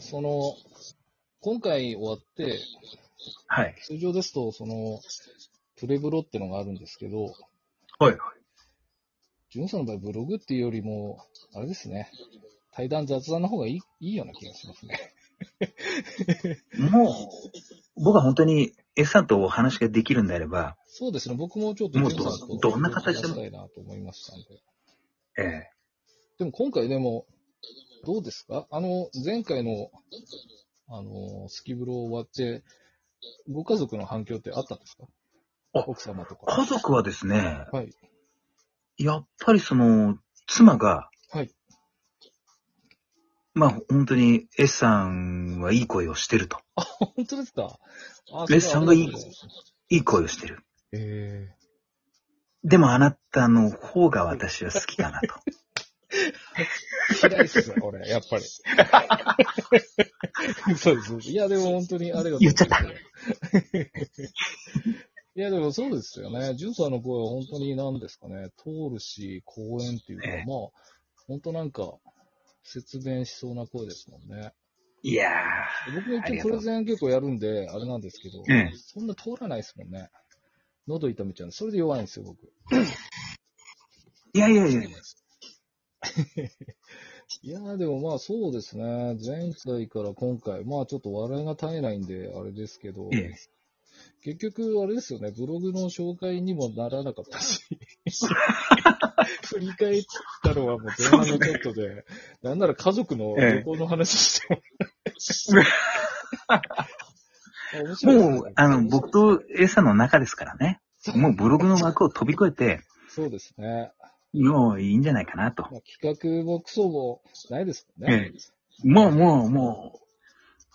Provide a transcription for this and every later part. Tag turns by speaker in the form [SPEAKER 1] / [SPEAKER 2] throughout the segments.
[SPEAKER 1] その、今回終わって、
[SPEAKER 2] はい。
[SPEAKER 1] 通常ですと、その、プレブロってのがあるんですけど、
[SPEAKER 2] はい。
[SPEAKER 1] ジュンさんの場合、ブログっていうよりも、あれですね、対談雑談の方がいいいいような気がしますね。
[SPEAKER 2] もう、僕は本当に S さんとお話ができるんであれば、
[SPEAKER 1] そうですね、僕もちょっと
[SPEAKER 2] もう
[SPEAKER 1] ジュンさ
[SPEAKER 2] どどんな形で
[SPEAKER 1] 話
[SPEAKER 2] も
[SPEAKER 1] したいなと思いましたんで。
[SPEAKER 2] ええ
[SPEAKER 1] でも今回でも、どうですかあの、前回の、あの、スキブロ終わって、ご家族の反響ってあったんですか
[SPEAKER 2] あ
[SPEAKER 1] 奥様とか。
[SPEAKER 2] 家族はですね、
[SPEAKER 1] はい。
[SPEAKER 2] やっぱりその、妻が、
[SPEAKER 1] はい。
[SPEAKER 2] まあ本当に S さんはいい声をしてると。
[SPEAKER 1] 本当ですかあ
[SPEAKER 2] レッサンがいい
[SPEAKER 1] そうなんですね
[SPEAKER 2] いい声をしてる。
[SPEAKER 1] え
[SPEAKER 2] でもあなたの方が私は好きだなと。
[SPEAKER 1] ー、嫌いっすよ、俺、やっぱり。 そうですそうです。いや、でも本当にありがとう
[SPEAKER 2] 言っちゃった
[SPEAKER 1] いや、でもそうですよね。ジュンさんの声は本当に何ですかね。通るし、公演っていうか、
[SPEAKER 2] ええ
[SPEAKER 1] まあ、本当なんか、節弁しそうな声ですもんね。
[SPEAKER 2] いや
[SPEAKER 1] 僕も
[SPEAKER 2] あり
[SPEAKER 1] 一
[SPEAKER 2] が
[SPEAKER 1] 応プレ
[SPEAKER 2] とう
[SPEAKER 1] ゼン結構やるんで、あれなんですけど、
[SPEAKER 2] ええ
[SPEAKER 1] そんな通らないですもんね。喉痛めちゃうんで、それで弱いんですよ、僕。
[SPEAKER 2] ー。いやいやいや。
[SPEAKER 1] いやーでもまあそうですね。前回から今回、まあちょっと笑いが絶えないんで、あれですけど、
[SPEAKER 2] ええ
[SPEAKER 1] 結局あれですよね、ブログの紹介にもならなかった し、振り返ったのはもう前半のちょっとで、なんなら家族の旅行の話してもらって面白いですね
[SPEAKER 2] もう、あの、僕と S さんの中ですからね。もうブログの枠を飛び越えて、
[SPEAKER 1] そうですね。
[SPEAKER 2] もういいんじゃないかなと。
[SPEAKER 1] まあ、企画もクソもないですもん
[SPEAKER 2] え
[SPEAKER 1] ね。
[SPEAKER 2] もう、もう、も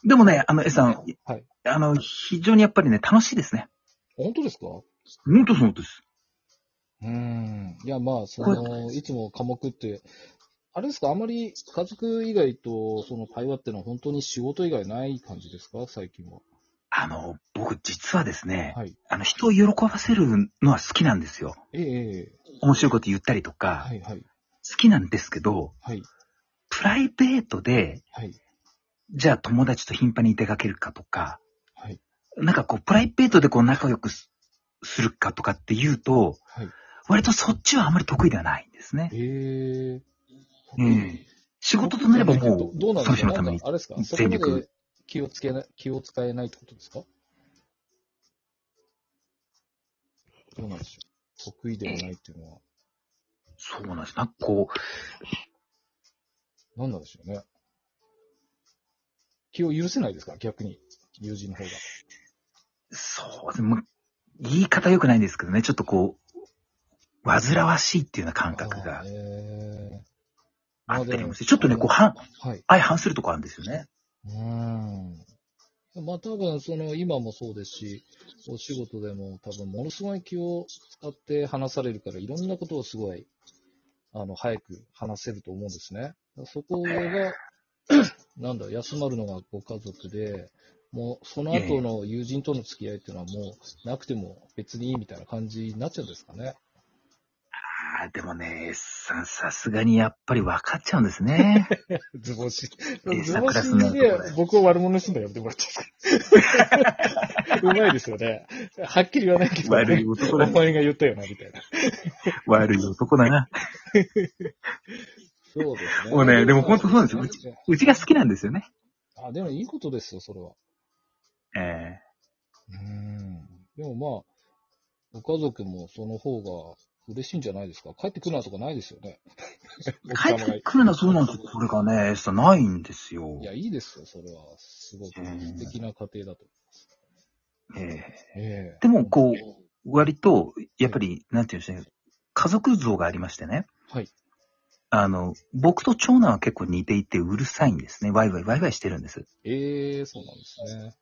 [SPEAKER 2] う。でもね、あの、S さん、
[SPEAKER 1] はい
[SPEAKER 2] あの、非常にやっぱりね、楽しいですね。
[SPEAKER 1] 本当ですか
[SPEAKER 2] 本当そうです。
[SPEAKER 1] うん。いや、まあ、その、いつも科目って、あれですか、あまり家族以外とその会話ってのは本当に仕事以外ない感じですか、最近は。
[SPEAKER 2] あの、僕実はですね、
[SPEAKER 1] はい。
[SPEAKER 2] あの、人を喜ばせるのは好きなんですよ。
[SPEAKER 1] ええええ
[SPEAKER 2] 面白いこと言ったりとか、
[SPEAKER 1] はい、はい、
[SPEAKER 2] 好きなんですけど、
[SPEAKER 1] はい、
[SPEAKER 2] プライベートで、
[SPEAKER 1] はい、
[SPEAKER 2] じゃあ友達と頻繁に出かけるかとか、
[SPEAKER 1] はい、
[SPEAKER 2] なんかこう、プライベートでこう、仲良くすするかとかっていうと、
[SPEAKER 1] はい。
[SPEAKER 2] 割とそっちはあまり得意ではないんですね。
[SPEAKER 1] ええ
[SPEAKER 2] うん。仕事となればも
[SPEAKER 1] どうな
[SPEAKER 2] う、
[SPEAKER 1] んです
[SPEAKER 2] その人
[SPEAKER 1] か
[SPEAKER 2] のため
[SPEAKER 1] なん
[SPEAKER 2] に
[SPEAKER 1] か。あれですかそこ
[SPEAKER 2] 全
[SPEAKER 1] ま
[SPEAKER 2] 力
[SPEAKER 1] で気をつけな、気を使えないってことですかどうなんでしょう得意ではないっていうのは、
[SPEAKER 2] そうなんです。なんかこう、
[SPEAKER 1] 何なんでしょうね。気を許せないですから、逆に。友人の方が。
[SPEAKER 2] そうですね。もう言い方良くないんですけどね、ちょっとこう、煩わしいっていうような感覚
[SPEAKER 1] あ
[SPEAKER 2] が
[SPEAKER 1] ーえ
[SPEAKER 2] あったりもして、ちょっとね、こう、
[SPEAKER 1] ー
[SPEAKER 2] 反、
[SPEAKER 1] はい。
[SPEAKER 2] 相反するとこあるんですよね。
[SPEAKER 1] うーん。まあ多分、その、今もそうですし、お仕事でも多分、ものすごい気を使って話されるから、いろんなことをすごい、あの、早く話せると思うんですね。そこが、 なんだ、休まるのがご家族で、もう、その後の友人との付き合いっていうのはもう、なくても別にいいみたいな感じになっちゃうんですかね。
[SPEAKER 2] ああ、でもね、S さん、さすがにやっぱり分かっちゃうんですね。
[SPEAKER 1] 図星。
[SPEAKER 2] え
[SPEAKER 1] 図星
[SPEAKER 2] 桜島のと
[SPEAKER 1] で
[SPEAKER 2] こだよ
[SPEAKER 1] 僕を悪者にするのやめてもらっていいですか うまいですよね。はっきり言わないけど、
[SPEAKER 2] 悪い男
[SPEAKER 1] お
[SPEAKER 2] だ。
[SPEAKER 1] 前が言ったよな、みたいな。
[SPEAKER 2] 悪い男だな。
[SPEAKER 1] そうですね
[SPEAKER 2] もうねでも本当そうなんですよう
[SPEAKER 1] ち。
[SPEAKER 2] うちが好きなんですよね。
[SPEAKER 1] あ、でもいいことですよ、それは。
[SPEAKER 2] え
[SPEAKER 1] うん。でもまあ、ご家族もその方が嬉しいんじゃないですか。帰ってくるなとかないですよね。
[SPEAKER 2] え 帰ってくるのはそうなんですよ。これがね、S さん、ないんですよ
[SPEAKER 1] い。や、いいですよ、それは。すごく素敵な家庭だと。
[SPEAKER 2] ええ
[SPEAKER 1] ええ
[SPEAKER 2] でもこう割と、やっぱり、なんていうんでしょうね、家族像がありましてね。
[SPEAKER 1] はい。
[SPEAKER 2] あの、僕と長男は結構似ていてうるさいんですね。ワイワイワイワイしてるんです。
[SPEAKER 1] ええそうなんで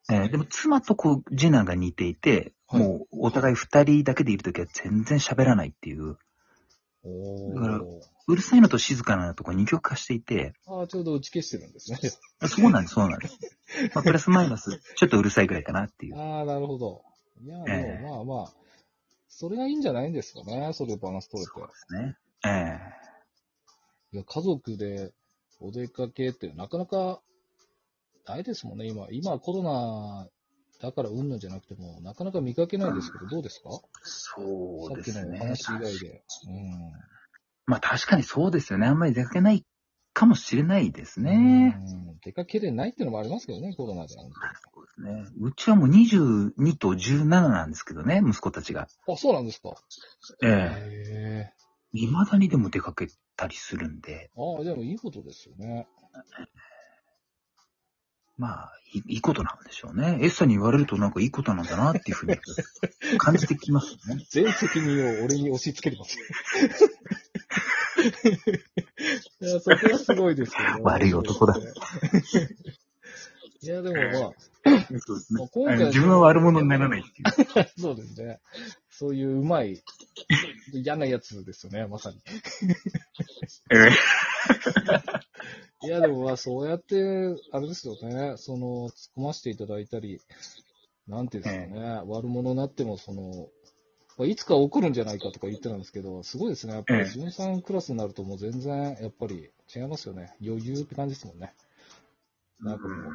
[SPEAKER 1] すね。
[SPEAKER 2] えーでも妻とこう、次男が似ていて、
[SPEAKER 1] はい
[SPEAKER 2] もうお互い二人だけでいるときは全然喋らないっていう、
[SPEAKER 1] お
[SPEAKER 2] だから
[SPEAKER 1] お。
[SPEAKER 2] うるさいのと静かなのとこう二極化していて、
[SPEAKER 1] ああ、ちょうど打ち消してるんですね。
[SPEAKER 2] そうなんです、そうなん です。まあ、プラスマイナス、ちょっとうるさいぐらいかなっていう。
[SPEAKER 1] ああ、なるほど。いや、
[SPEAKER 2] え
[SPEAKER 1] で
[SPEAKER 2] え
[SPEAKER 1] もまあまあ、それがいいんじゃないんですかね、それでバランス取れて
[SPEAKER 2] そう。ですね。え
[SPEAKER 1] いや家族でお出かけってなかなかないですもんね、今。今コロナだからうんぬんじゃなくても、なかなか見かけないですけど、どうですか
[SPEAKER 2] そうで
[SPEAKER 1] さっ
[SPEAKER 2] す
[SPEAKER 1] きのお
[SPEAKER 2] ね。
[SPEAKER 1] 話以外で。うん。
[SPEAKER 2] まあ確かにそうですよね。あんまり出かけないかもしれないですね。
[SPEAKER 1] うん出かけれないっていうのもありますけどね、コロナで。本
[SPEAKER 2] うねうちはもう22と17なんですけどね、息子たちが。
[SPEAKER 1] 当にあ、そうなんですか。
[SPEAKER 2] ええ。
[SPEAKER 1] へえ。
[SPEAKER 2] 未だにでも出かけたりするんで、
[SPEAKER 1] ああ、でもいいことですよね。
[SPEAKER 2] まあ、いいいことなんでしょうね。エッサに言われるとなんかいいことなんだなっていうふう に感じてきますね。
[SPEAKER 1] 全責任を俺に押し付けてます。いや、それはすごいですよね。
[SPEAKER 2] 悪い男だ。
[SPEAKER 1] いや、でもまあ、
[SPEAKER 2] そうです
[SPEAKER 1] ね今回
[SPEAKER 2] 自分は悪者にならないっていう。
[SPEAKER 1] そうですね。そういううまい、嫌なやつですよね、まさに。
[SPEAKER 2] ええ
[SPEAKER 1] いや、でもまあ、そうやって、あれですよね、その、突っ込ませていただいたり、なんていうんですかね、悪者になっても、その、まあいつか起こるんじゃないかとか言ってたんですけど、すごいですね。やっぱ
[SPEAKER 2] ええ
[SPEAKER 1] り、ジュンさんクラスになるともう全然、やっぱり違いますよね。余裕って感じですもんね。なんかもう、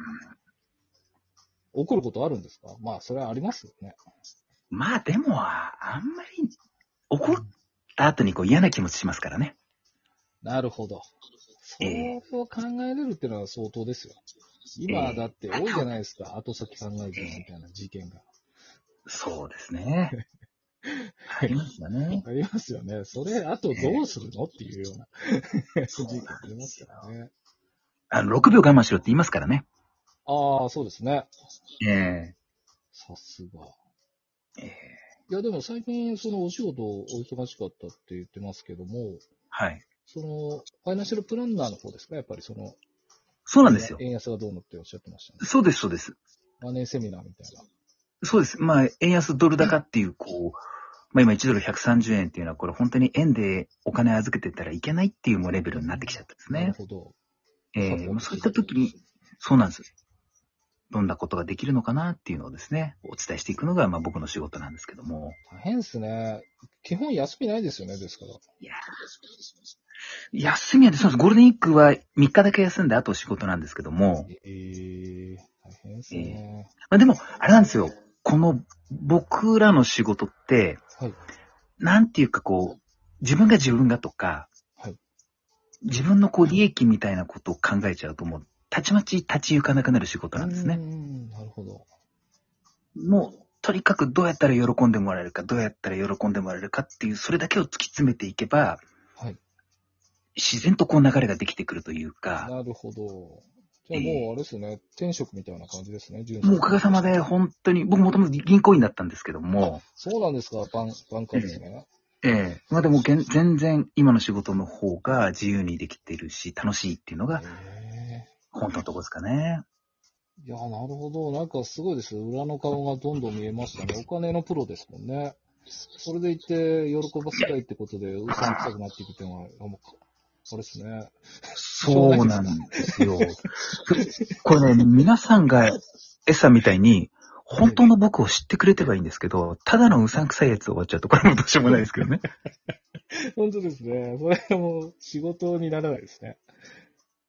[SPEAKER 1] 怒ることあるんですかまあ、それはありますよね。
[SPEAKER 2] まあでも、あんまり怒った後にこう嫌な気持ちしますからね。
[SPEAKER 1] なるほど。そ
[SPEAKER 2] え
[SPEAKER 1] れ
[SPEAKER 2] え
[SPEAKER 1] を考えれるっていうのは相当ですよ。今
[SPEAKER 2] ええ
[SPEAKER 1] だって多いじゃないですか。後先考えてみたいな事件が。
[SPEAKER 2] そうですね。ありますよね。
[SPEAKER 1] ありますよね。それ、あとどうするのっていうよう な事件ありますからね。
[SPEAKER 2] あの、6秒我慢しろって言いますからね。
[SPEAKER 1] ああ、そうですね。
[SPEAKER 2] え
[SPEAKER 1] さすが。
[SPEAKER 2] えええ
[SPEAKER 1] いや、でも最近、そのお仕事お忙しかったって言ってますけども、
[SPEAKER 2] はい。
[SPEAKER 1] その、ファイナンシャルプランナーの方ですかやっぱりその、
[SPEAKER 2] そうなんですよ。
[SPEAKER 1] 円安がどうのっておっしゃってましたね。
[SPEAKER 2] そうです、そうです。
[SPEAKER 1] マネーセミナーみたいな。
[SPEAKER 2] そうです。まあ、円安ドル高っていう、こう、まあ今1ドル130円っていうのは、これ本当に円でお金預けてたらいけないっていうもうレベルになってきちゃったんです
[SPEAKER 1] なる
[SPEAKER 2] ね。
[SPEAKER 1] ほど。
[SPEAKER 2] ええもうそういった時に、そうなんです。どんなことができるのかなっていうのをですね、お伝えしていくのが、まあ僕の仕事なんですけども。
[SPEAKER 1] 大変ですね。基本休みないですよね、ですから。
[SPEAKER 2] いやー休みはですね、ゴールデンウィークは3日だけ休んで、あと仕事なんですけども。
[SPEAKER 1] ええ大変ですね。
[SPEAKER 2] まあでも、あれなんですよ。この僕らの仕事って、
[SPEAKER 1] はい。
[SPEAKER 2] なんていうかこう、自分が自分がとか、
[SPEAKER 1] はい
[SPEAKER 2] 自分のこう利益みたいなことを考えちゃうともう、たちまち立ち行かなくなる仕事なんです
[SPEAKER 1] う
[SPEAKER 2] ね。
[SPEAKER 1] ん、なるほど。
[SPEAKER 2] もう、とにかくどうやったら喜んでもらえるか、どうやったら喜んでもらえるかっていう、それだけを突き詰めていけば、
[SPEAKER 1] はい。
[SPEAKER 2] 自然とこう流れができてくるというか、
[SPEAKER 1] なるほど。じゃあもうあれですね、転職みたいな感じですね、
[SPEAKER 2] もうおかげさまで
[SPEAKER 1] あ、
[SPEAKER 2] 本当に、僕もともと銀行員だったんですけども、
[SPEAKER 1] そうなんですか、バンバンカーですね。
[SPEAKER 2] ええまあでもげん全然今の仕事の方が自由にできてるし、楽しいっていうの
[SPEAKER 1] え
[SPEAKER 2] が
[SPEAKER 1] え
[SPEAKER 2] 本当のとこですかね。
[SPEAKER 1] いや、なるほど。なんかすごいです。裏の顔がどんどん見えましたね。お金のプロですもんね。それでいて、喜ばせたいってことで、嘘に臭くなっていくっていうのは、あもうあれですね。
[SPEAKER 2] そうなんですよ。これね、皆さんがエサみたいに、本当の僕を知ってくれてばいいんですけど、ただのうさんくさいやつ終わっちゃうと、これもどうしようもないですけどね。
[SPEAKER 1] 本当ですね。それはもう仕事にならないですね。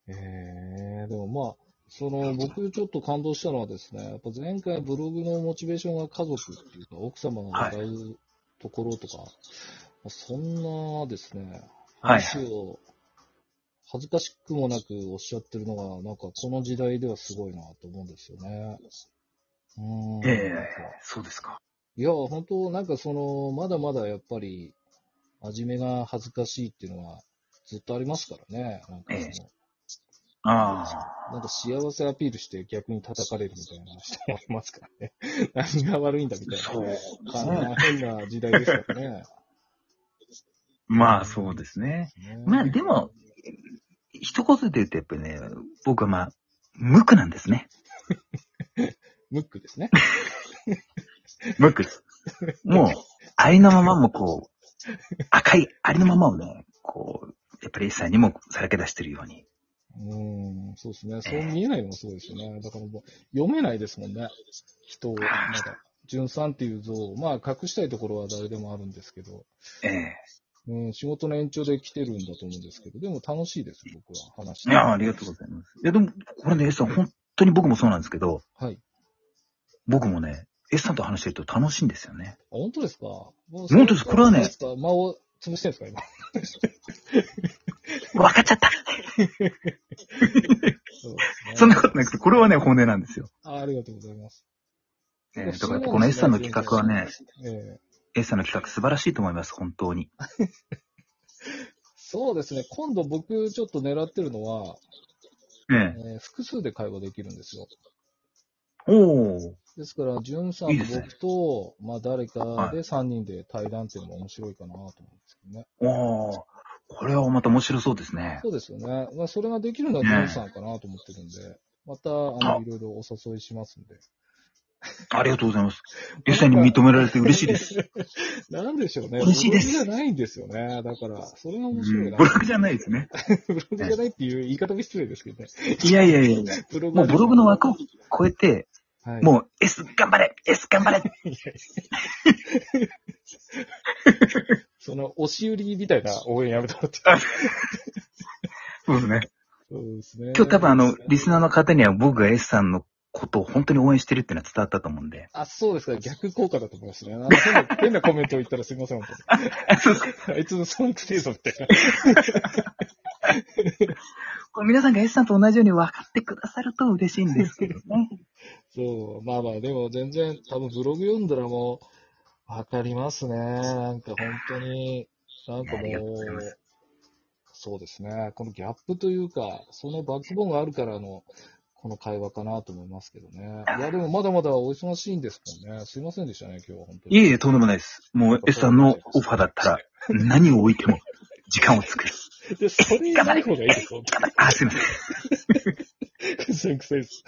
[SPEAKER 1] えー、でもまあ、その、僕ちょっと感動したのはですね、やっぱ前回ブログのモチベーションが家族っていうか、奥様が
[SPEAKER 2] はい
[SPEAKER 1] 歌うところとか、そんなですね、
[SPEAKER 2] はい
[SPEAKER 1] 話を恥ずかしくもなくおっしゃってるのが、なんかこの時代ではすごいなと思うんですよね。うーん。
[SPEAKER 2] ええ
[SPEAKER 1] なんか
[SPEAKER 2] そうですか。
[SPEAKER 1] いや、本当なんかその、まだまだやっぱり、真面目が恥ずかしいっていうのは、ずっとありますからね。なんかその、
[SPEAKER 2] えあ
[SPEAKER 1] なんか幸せアピールして逆に叩かれるみたいな人もいますからね。 何が悪いんだみ
[SPEAKER 2] あ。
[SPEAKER 1] たい
[SPEAKER 2] そう。
[SPEAKER 1] な。そんな変な時代ですからね。
[SPEAKER 2] まあ、そうですね。
[SPEAKER 1] ね
[SPEAKER 2] まあ、でも、一言で言うと、やっぱりね、僕はまあ、無垢なんですね。
[SPEAKER 1] ムックですね。
[SPEAKER 2] 無垢。もう、ありのままもこう、赤いありのままをね、こう、やっぱりエサにもさらけ出してるように。
[SPEAKER 1] うん、そうですね。そう見えないのもすごいですよね。だからもう、読めないですもんね。人を、なんか、純さんっていう像を、まあ隠したいところは誰でもあるんですけど。
[SPEAKER 2] ええ
[SPEAKER 1] うん、仕事の延長で来てるんだと思うんですけど、でも楽しいです、僕は、話して。
[SPEAKER 2] いや、ありがとうございます。いや、でも、これね、エさん、本当に僕もそうなんですけど、
[SPEAKER 1] はい。
[SPEAKER 2] 僕もね、S さんと話してると楽しいんですよね
[SPEAKER 1] あ。本当ですか本
[SPEAKER 2] 当ですこれはね。
[SPEAKER 1] 間を潰してるんですか、今。
[SPEAKER 2] わかっちゃった
[SPEAKER 1] そうですね
[SPEAKER 2] そんなことなくて、これはね、本音なんですよ。
[SPEAKER 1] あありがとうございます。
[SPEAKER 2] ね、だからこの S さんの企画はね、
[SPEAKER 1] ええ
[SPEAKER 2] S さんの企画素晴らしいと思います、本当に。
[SPEAKER 1] そうですね。今度僕ちょっと狙ってるのは、
[SPEAKER 2] え
[SPEAKER 1] え
[SPEAKER 2] え。
[SPEAKER 1] ー複数で会話できるんですよ。
[SPEAKER 2] おー。
[SPEAKER 1] ですから、ジュンさ
[SPEAKER 2] い
[SPEAKER 1] ん
[SPEAKER 2] い
[SPEAKER 1] と
[SPEAKER 2] ですね
[SPEAKER 1] 僕と、まあ誰か
[SPEAKER 2] は
[SPEAKER 1] で3人で対談っていうのも面白いかなと思うんですけどね。
[SPEAKER 2] おー。これはまた面白そうですね。
[SPEAKER 1] そうですよね。まあそれができるのはジュンさんかなと思ってるんで、また、あの、
[SPEAKER 2] あ
[SPEAKER 1] いろいろお誘いしますんで。
[SPEAKER 2] ありがとうございます。S さんに認められて嬉しいです。
[SPEAKER 1] なんでしょうね。
[SPEAKER 2] 嬉しいです
[SPEAKER 1] ブログじゃないんですよね。だから、それが面白いな。
[SPEAKER 2] ブログじゃないですね。
[SPEAKER 1] ブログじゃないっていう言い方も失礼ですけどね。
[SPEAKER 2] いやいやいやいや。
[SPEAKER 1] ブログ
[SPEAKER 2] もうブログの枠を超えて、
[SPEAKER 1] はい、
[SPEAKER 2] もう S 頑張れ !S 頑張れ
[SPEAKER 1] その、押し売りみたいな応援やめたらって。
[SPEAKER 2] そうですね。
[SPEAKER 1] そうですね。
[SPEAKER 2] 今日多分あの、リスナーの方には僕が S さんのことを本当に応援してるっていうのは伝わったと思うんで。
[SPEAKER 1] あ、そうですか。逆効果だと思いますね。あの変な変なコメントを言ったらすみません、本当にあいつのソンクせえぞみたいな。
[SPEAKER 2] これ皆さんが S さんと同じように分かってくださると嬉しいんですけどね。
[SPEAKER 1] そう、まあまあ、でも全然、多分ブログ読んだらもう、わかりますね。なんか本当に、なんか
[SPEAKER 2] ありがとう
[SPEAKER 1] も
[SPEAKER 2] ございま
[SPEAKER 1] う、そうですね。このギャップというか、そのバックボーンがあるからの、この会話かなと思いますけどね。いや、でもまだまだお忙しいんですもんね。すいませんでしたね、今日は本当に。
[SPEAKER 2] いえいえ、とんでもないです。もう S さんのオファーだったら、何を置いても時間を作る。
[SPEAKER 1] で、それ以外の方がいいです、本
[SPEAKER 2] あ、すいません。
[SPEAKER 1] 当に。うさんくさいです。